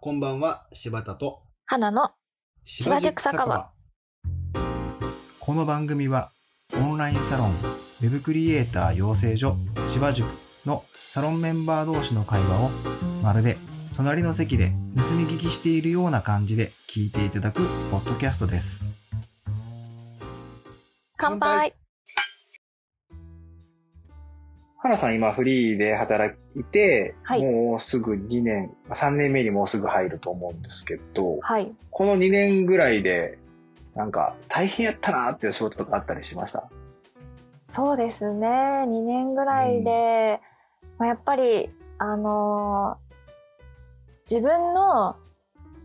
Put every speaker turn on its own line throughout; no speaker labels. こんばんは、柴田と
花の
柴
塾酒場
この番組はオンラインサロンウェブクリエイター養成所芝塾のサロンメンバー同士の会話をまるで隣の席で盗み聞きしているような感じで聞いていただくポッドキャストです。
乾杯
花さん今フリーで働いて、
はい
もうすぐ2年、まあ3年目にもうすぐ入ると思うんですけど、
はい
この2年ぐらいで、なんか大変やったなーっていう仕事とかあったりしました。
そうですね2年ぐらいで、まあ、やっぱりあのー自分の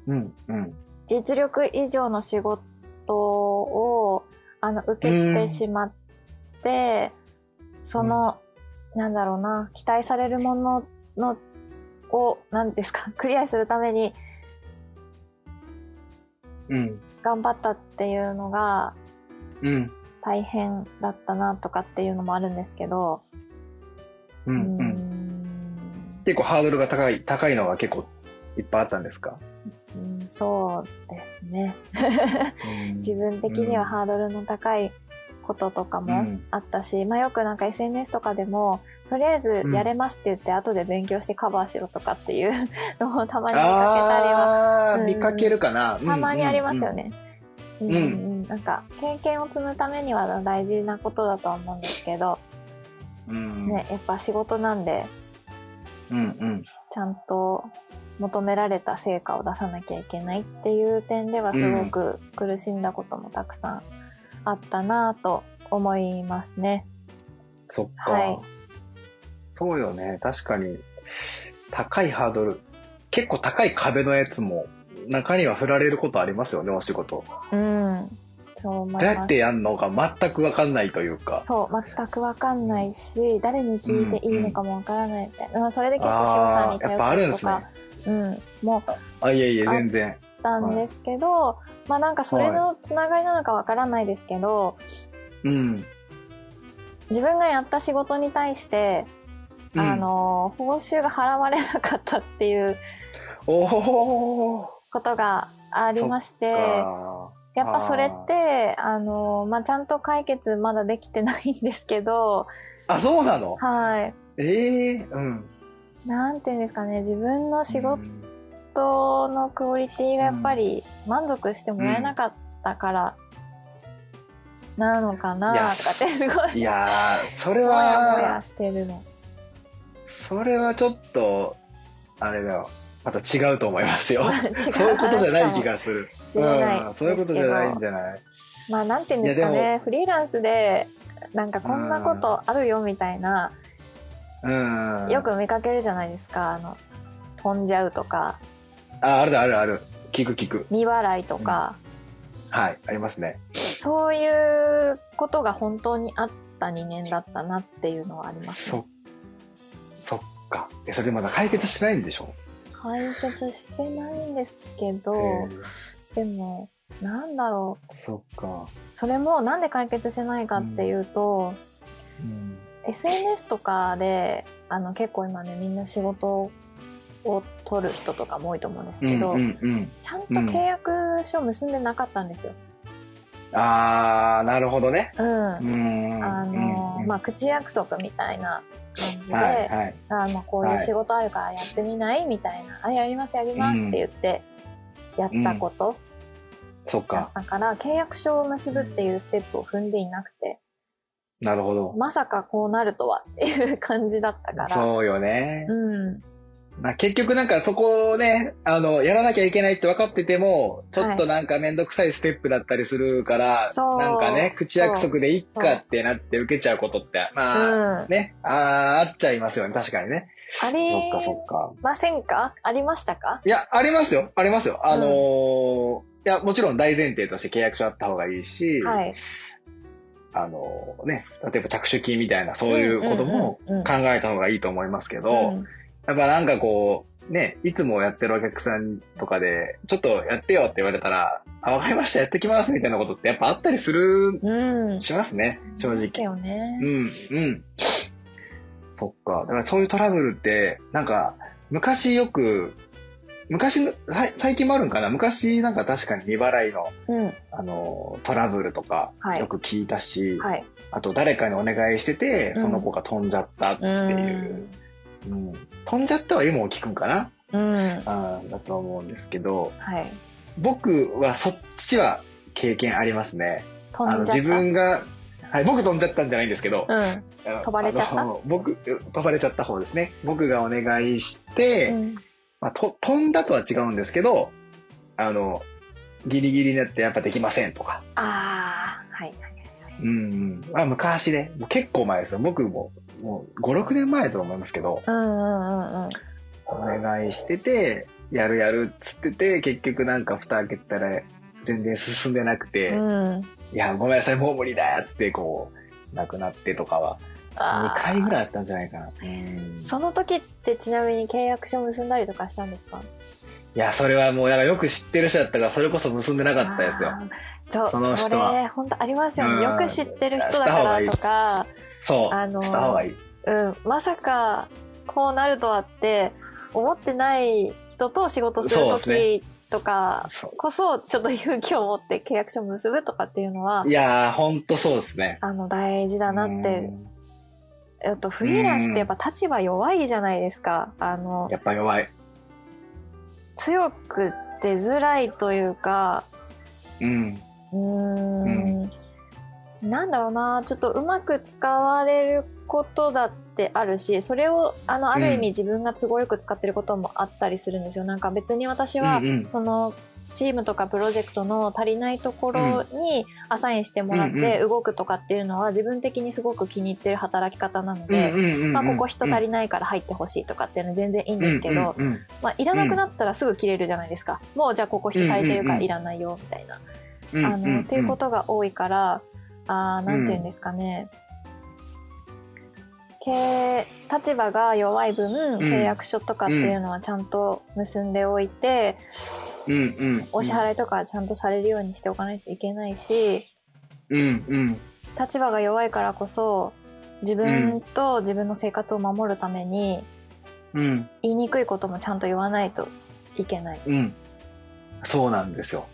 うん、うん。
実力以上の仕事をあの受けてしまって、その、なんだろうな期待されるもののを何ですか クリアするために
うん、
頑張ったっていうのが
うん、
大変だったなとかっていうのもあるんですけど、
う、
うんー
うん。
ん
結構ハードルが高い、高いのが結構いっぱいあったんですか、
うん、そうですね。
うん
自分的にはハードルの高いこととか
う
も
ん
あったし、まあよくなんか SNS とかでも、とりあえずやれますって言って後で勉強してカバーしろとかっていう のをたまに見か
あ
う
ー
ん
見かけるかな、
けたりは、たまにありますよ
ね。
ね。うんん、うん、なんか経験を積むためには大事なことだとは思うんですけど、
うん、
ね、やっぱ仕事なんで、
うん、うん。
ちゃんと求められた成果を出さなきゃいけないっていう点ではすごく苦しんだこともたくさんあったなぁと思いますね。
そっか。
はい
そうよね。確かに、高いハードル。結構高い壁のやつも、中には振られることありますよね、お仕事。
うん。そう
ど
思いうま
やっ
す。
てやんのか全くわかんないというか。
そう、全くわかんないし、誰に聞いていいのかもわからないみたいな。まあそれで結構塩さんに
や
頼
っぱあ
った
るん
り
で
と
すね
か、。うん、もあっ
あ、いえいえ、全然。
たんですけど、まあなんかそれのつながりなのかわからないですけど、
うん。
自分がやった仕事に対して、
うん
あ、の、報酬が払われなかったっていう
おお
ことがありまして、
あ
やっぱそれって、あの、まあ、ちゃんと解決まだできてないんですけど、
あ、そうなの
はい。
ええうん。
なんていうんですかね、自分の仕
う
事
ん
のクオリティがやっぱり満足してもらえなかったから、なの
い
か
や
なとかってすごい、
いやー、それ
もやもや
は、
してるの。
それはちょっと、あれだよ。また違うと思います よ。
違う
そういうことじゃな
話か
い気
も
がする。
しれない
うん、そういうことじゃないんじゃない
まあなんていうんですか
いやで
ね、フリーランスで、なんかこんなことあるよみたいな、
うん。
よく見かけるじゃないですか。あの、飛んじゃうとか、
あ、あるだ、あるある。聞く聞く。
未払いとか、
はい、ありますね。
そういうことが本当にあった2年だったなっていうのはありますね
そ。、そっか。え、それまだ解決してないんでしょ
解決してないんですけど、
えー
でも、なんだろう。
そっか。
それもなんで解決してないかっていうと、
うん。
SNS とかで、あの結構今ね、みんな仕事を取る人とかも多いと思うんですけど、
うんうん
ちゃんと契約書結んでなかったんですよ。
うん。あー、なるほどね。
うん
う。ん。
あの
うん
まあ、口約束みたいな感じで、
はい、はい。
あまあこういう仕事あるからやってみないみたいな「あやりますやります」って言ってやったこと
そっ
だっ
か。
たから、契約書を結ぶっていうステップを踏んでいなくて、
なるほど。
まさかこうなるとはっていう感じだったから。
そうよね。
うん、
まあ、結局なんかそこをね、あの、やらなきゃいけないって分かってても、ちょっとなんかめんどくさいステップだったりするから、
そう
なんかね、口約束でいっかってなって受けちゃうことって、
う
まあ、
ん、あ
ね、あーあっちゃいますよね、確かにね。
り
か。
ませんかありましたか
いや、ありますよ、ありますよ。あのーいや、もちろん大前提として契約書あった方がいいし、
はい、
あのーね、例えば着手金みたいなそういうことも
うんうんうんうん
考えた方がいいと思いますけど、
うん
やっぱなんかこう、ね、いつもやってるお客さんとかで、ちょっとやってよって言われたら、あ、わかりました、やってきますみたいなことってやっぱあったりする、
うん、
しますね、正
で
直。
すよね
う、ん、うん。そっか。だからそういうトラブルって、なんか、昔よく、昔の、さい最近もあるんかな昔なんか確かに未払いの、
うん。
あの、トラブルとか
はい、
よく聞いたし、
はい。
あと誰かにお願いしてて、その子が飛んじゃったっていう。うん飛んじゃったは今も聞くんかな
うん。うん。
あーだと思うんですけど、
はい。
僕はそっちは経験ありますね。あ
飛
の
んじゃった。
自分が、はい、僕飛んじゃったんじゃないんですけど、
うん。
あの
飛ばれちゃった
あの僕、飛ばれちゃった方ですね。僕がお願いして、
うん
まあ、と飛んだとは違うんですけど、あの、ギリギリになってやっぱできませんとか。
ああ、はい。
うん、うん。まあ昔ね、もう結構前ですよ。僕も、もう5、6年前だと思いますけど、
うんうんうんうん。
お願いしてて、やるやるっつってて、結局なんか蓋開けたら全然進んでなくて、
うん。
いや、ごめんなさい、もう無理だっつってこう、亡くなってとかは、2
あー
回ぐらいあったんじゃないかな。うん
その時ってちなみに契約書結んだりとかしたんですか
いや、それはもう、なんかよく知ってる人だったから、それこそ結んでなかったですよ。
よそ
その人は
それ本当ありますよ
う
ね
ん
よく知ってる人だからとか
そう。
あのー
した方がいい。
うん、まさかこうなるとはって思ってない人と仕事する
そうで
時とか
そ
こそちょっと勇気を持って契約書結ぶとかっていうのは
う。いやー、ほんとそうですね。
あの大事だなって
うん
えっとフリーランスってやっぱ立場弱いじゃないですかあの
やっぱ弱い。
強く出づらいというか
うん。
うーんなんだろうなちょっとうまく使われることだってあるしそれをあのある意
うん
味自分が都合よく使ってることもあったりするんですよ、なんか別に私
う
は、
んうん。
そのチームとかプロジェクトの足りないところにアサインしてもらっ
うん
て動くとかっていうのは自分的にすごく気に入ってる働き方なの
うん
で、
うんうん。
まあ、ここ人足
り
りないから入ってほしいとかっていうのは全然いいんですけど、
うんうんうん
まあ、いらなくなったらすぐ切れるじゃないですか、もうじゃあここ人足りてるからいらないよみたいな。
うん
あのっていうことが多いから、あーなんていうんですかね、経営立場が弱い分契約書とかっていうのはちゃんと結んでおいて、
うんうん。
お支払いとかちゃんとされるようにしておかないといけないし
うんうん。
立場が弱いからこそ自分と自分の生活を守るために
うん
言いにくいこともちゃんと言わないといけない。
うん。そうなんですよ。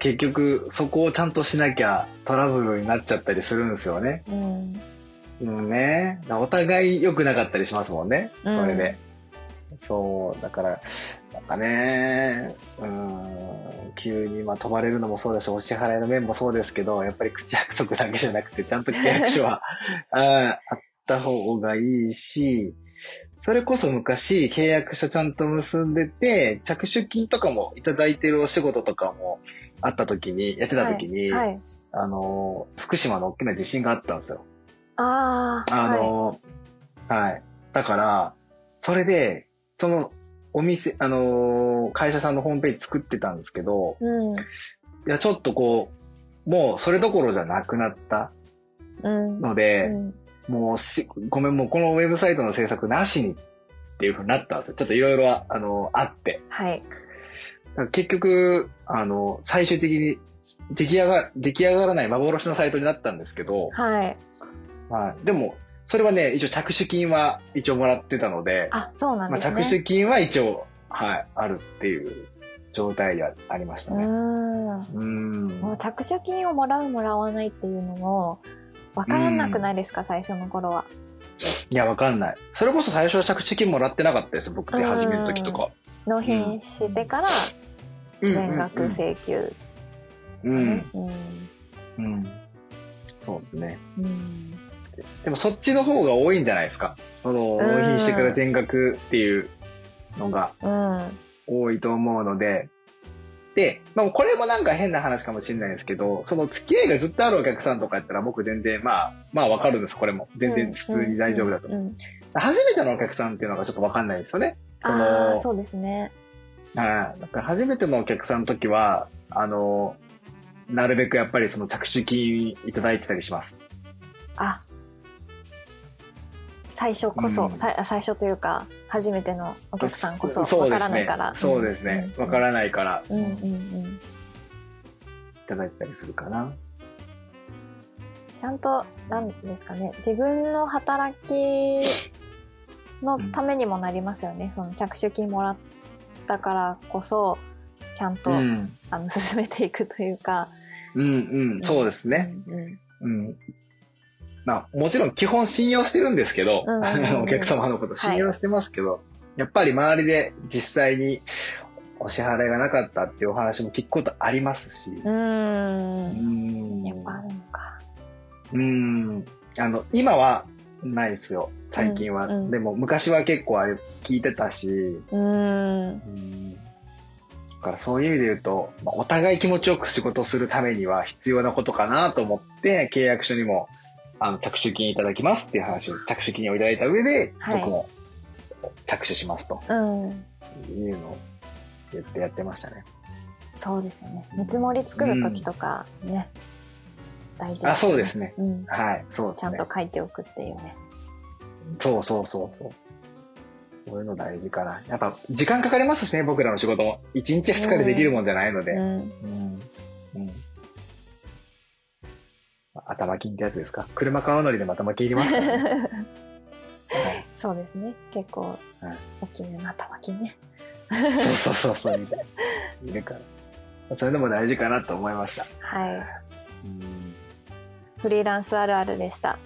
結局、そこをちゃんとしなきゃトラブルになっちゃったりするんですよね。
うん
うんね。だからお互い良くなかったりしますもんね。
うん
それで。そう、だから、なんかね、うん、急に、まあ、飛ばれるのもそうだし、お支払いの面もそうですけど、やっぱり口約束だけじゃなくて、ちゃんと契約書 は、うんあった方がいいし、それこそ昔、契約書ちゃんと結んでて、着手金とかもいただいてるお仕事とかもあった時に、やってた時に、
はい、はい、
あの、福島の大きな地震があったんですよ。
ああ、
あの、はい、だから、それで、その、お店、あのー会社さんのホームページ作ってたんですけど、
うん
いや、ちょっとこう、もうそれどころじゃなくなった
うん
の
う
で、
ん
もうし、ごめん、もうこのウェブサイトの制作なしにっていうふうになったんですよ。ちょっといろいろ、あのーあって。
はい
だから結局、あのー最終的に出来上が、出来上がらない幻のサイトになったんですけど、
はい
はい。でも、それはね、一応着手金は一応もらってたので、
あそうなん
まあ、
ですね、
着手金は一応、はい、あるっていう状態ではありました
う
ね。
ーん
うん。
もう着手金をもらうもらわないっていうのも分からなくないですか、最初の頃は。
いや、わかんない。それこそ最初は着手金もらってなかったです、僕で始める時とか。
納品してから全額請求ですかね。うん
うんうんうん。うんそうですね。
うん
でもそっちの方が多いんじゃないですか。その、
うん
納品してから全額っていうのが
うん
多いと思うので、で、まあこれもなんか変な話かもしれないですけど、その付き合いがずっとあるお客さんとかやったら僕全然まあ、まあわかるんです、これも。全然普通に大丈夫だと
う。ん
初めてのお客さんっていうのがちょっとわかんないですよね。その
ああそうですね。
はい。だから初めてのお客さんの時は、あの、なるべくやっぱりその着手金いただいてたりします。
あ最初こそ、
うん
さ最初というか初めてのお客さんこそ
そうで
分か
す
らない
ね
から。。
そうですね。わからないから、
うんう
うんい
んうんうん
ただいてたりするかな。
ちゃんと、なんですかね、自分の働きのためにもなりますよね。その着手金もらっだからこそちゃんと、
うん。
あの 進めていくというか、
うんうん。そうですね。
うんうん
うん。まあ、もちろん基本信用してるんですけど、
うんうんう ん
お客様のこと信用してますけど、やっぱり周りで実際にお支払いがなかったっていうお話も聞くことありますし、
うーん。
うん
やっぱあるのか。
うん。あの、今はないですよ。最近は。
うんうん
でも、昔は結構あれ聞いてたし、
うーん。
うん。だからそういう意味で言うと、まあお互い気持ちよく仕事するためには必要なことかなと思って、契約書にも、あの、着手金いただきますっていう話を、着手金をいただいた上で、
はい
僕も着手しますと
うん。
いうのを言ってやってましたね。
そうですよね。見積もり作る時とかね、大事
あ、そうですね。
うん。
はい、そうで
ち
す
ゃん
ね
と。書いておくっていうね。
そうそうそうそう。そういうの大事かな。やっぱ時間かかりますしね、僕らの仕事も。1日2日でできるもんじゃないので。
うん。
う ん。うん。頭金ってやつですか車買うのりでも頭金いります からね、はい
そうですね。結構
はい、
大きめの頭金ね。
そうそうそうそう、みたいな。いるから。それでも大事かなと思いました。
はい。
うん
フリーランスあるあるでした。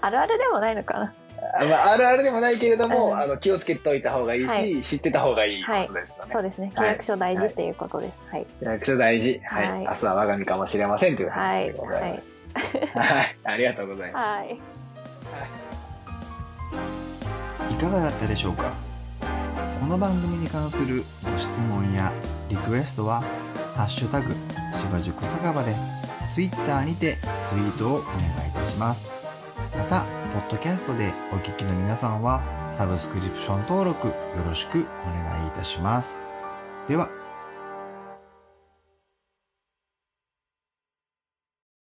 あるあるでもないのかな。
あまあ、あるあるでもないけれども、
うん
あの気をつけておいた方がいいし、
はい
知ってた方がいいことですよね。
そうですね。
は
契
い
約書大事っていうことです。はい。
役所大事、はい。
はい
明日は我が身かもしれませんという
は
話で
い。
ござい
は
ま
い
す。。はい、ありがとうございます。
はい。
いかがだったでしょうかこの番組に関するご質問やリクエストは「ハッシュタグ芝塾酒場」で Twitter にてツイートをお願いいたしますまたポッドキャストでお聞きの皆さんはサブスクリプション登録よろしくお願いいたしますでは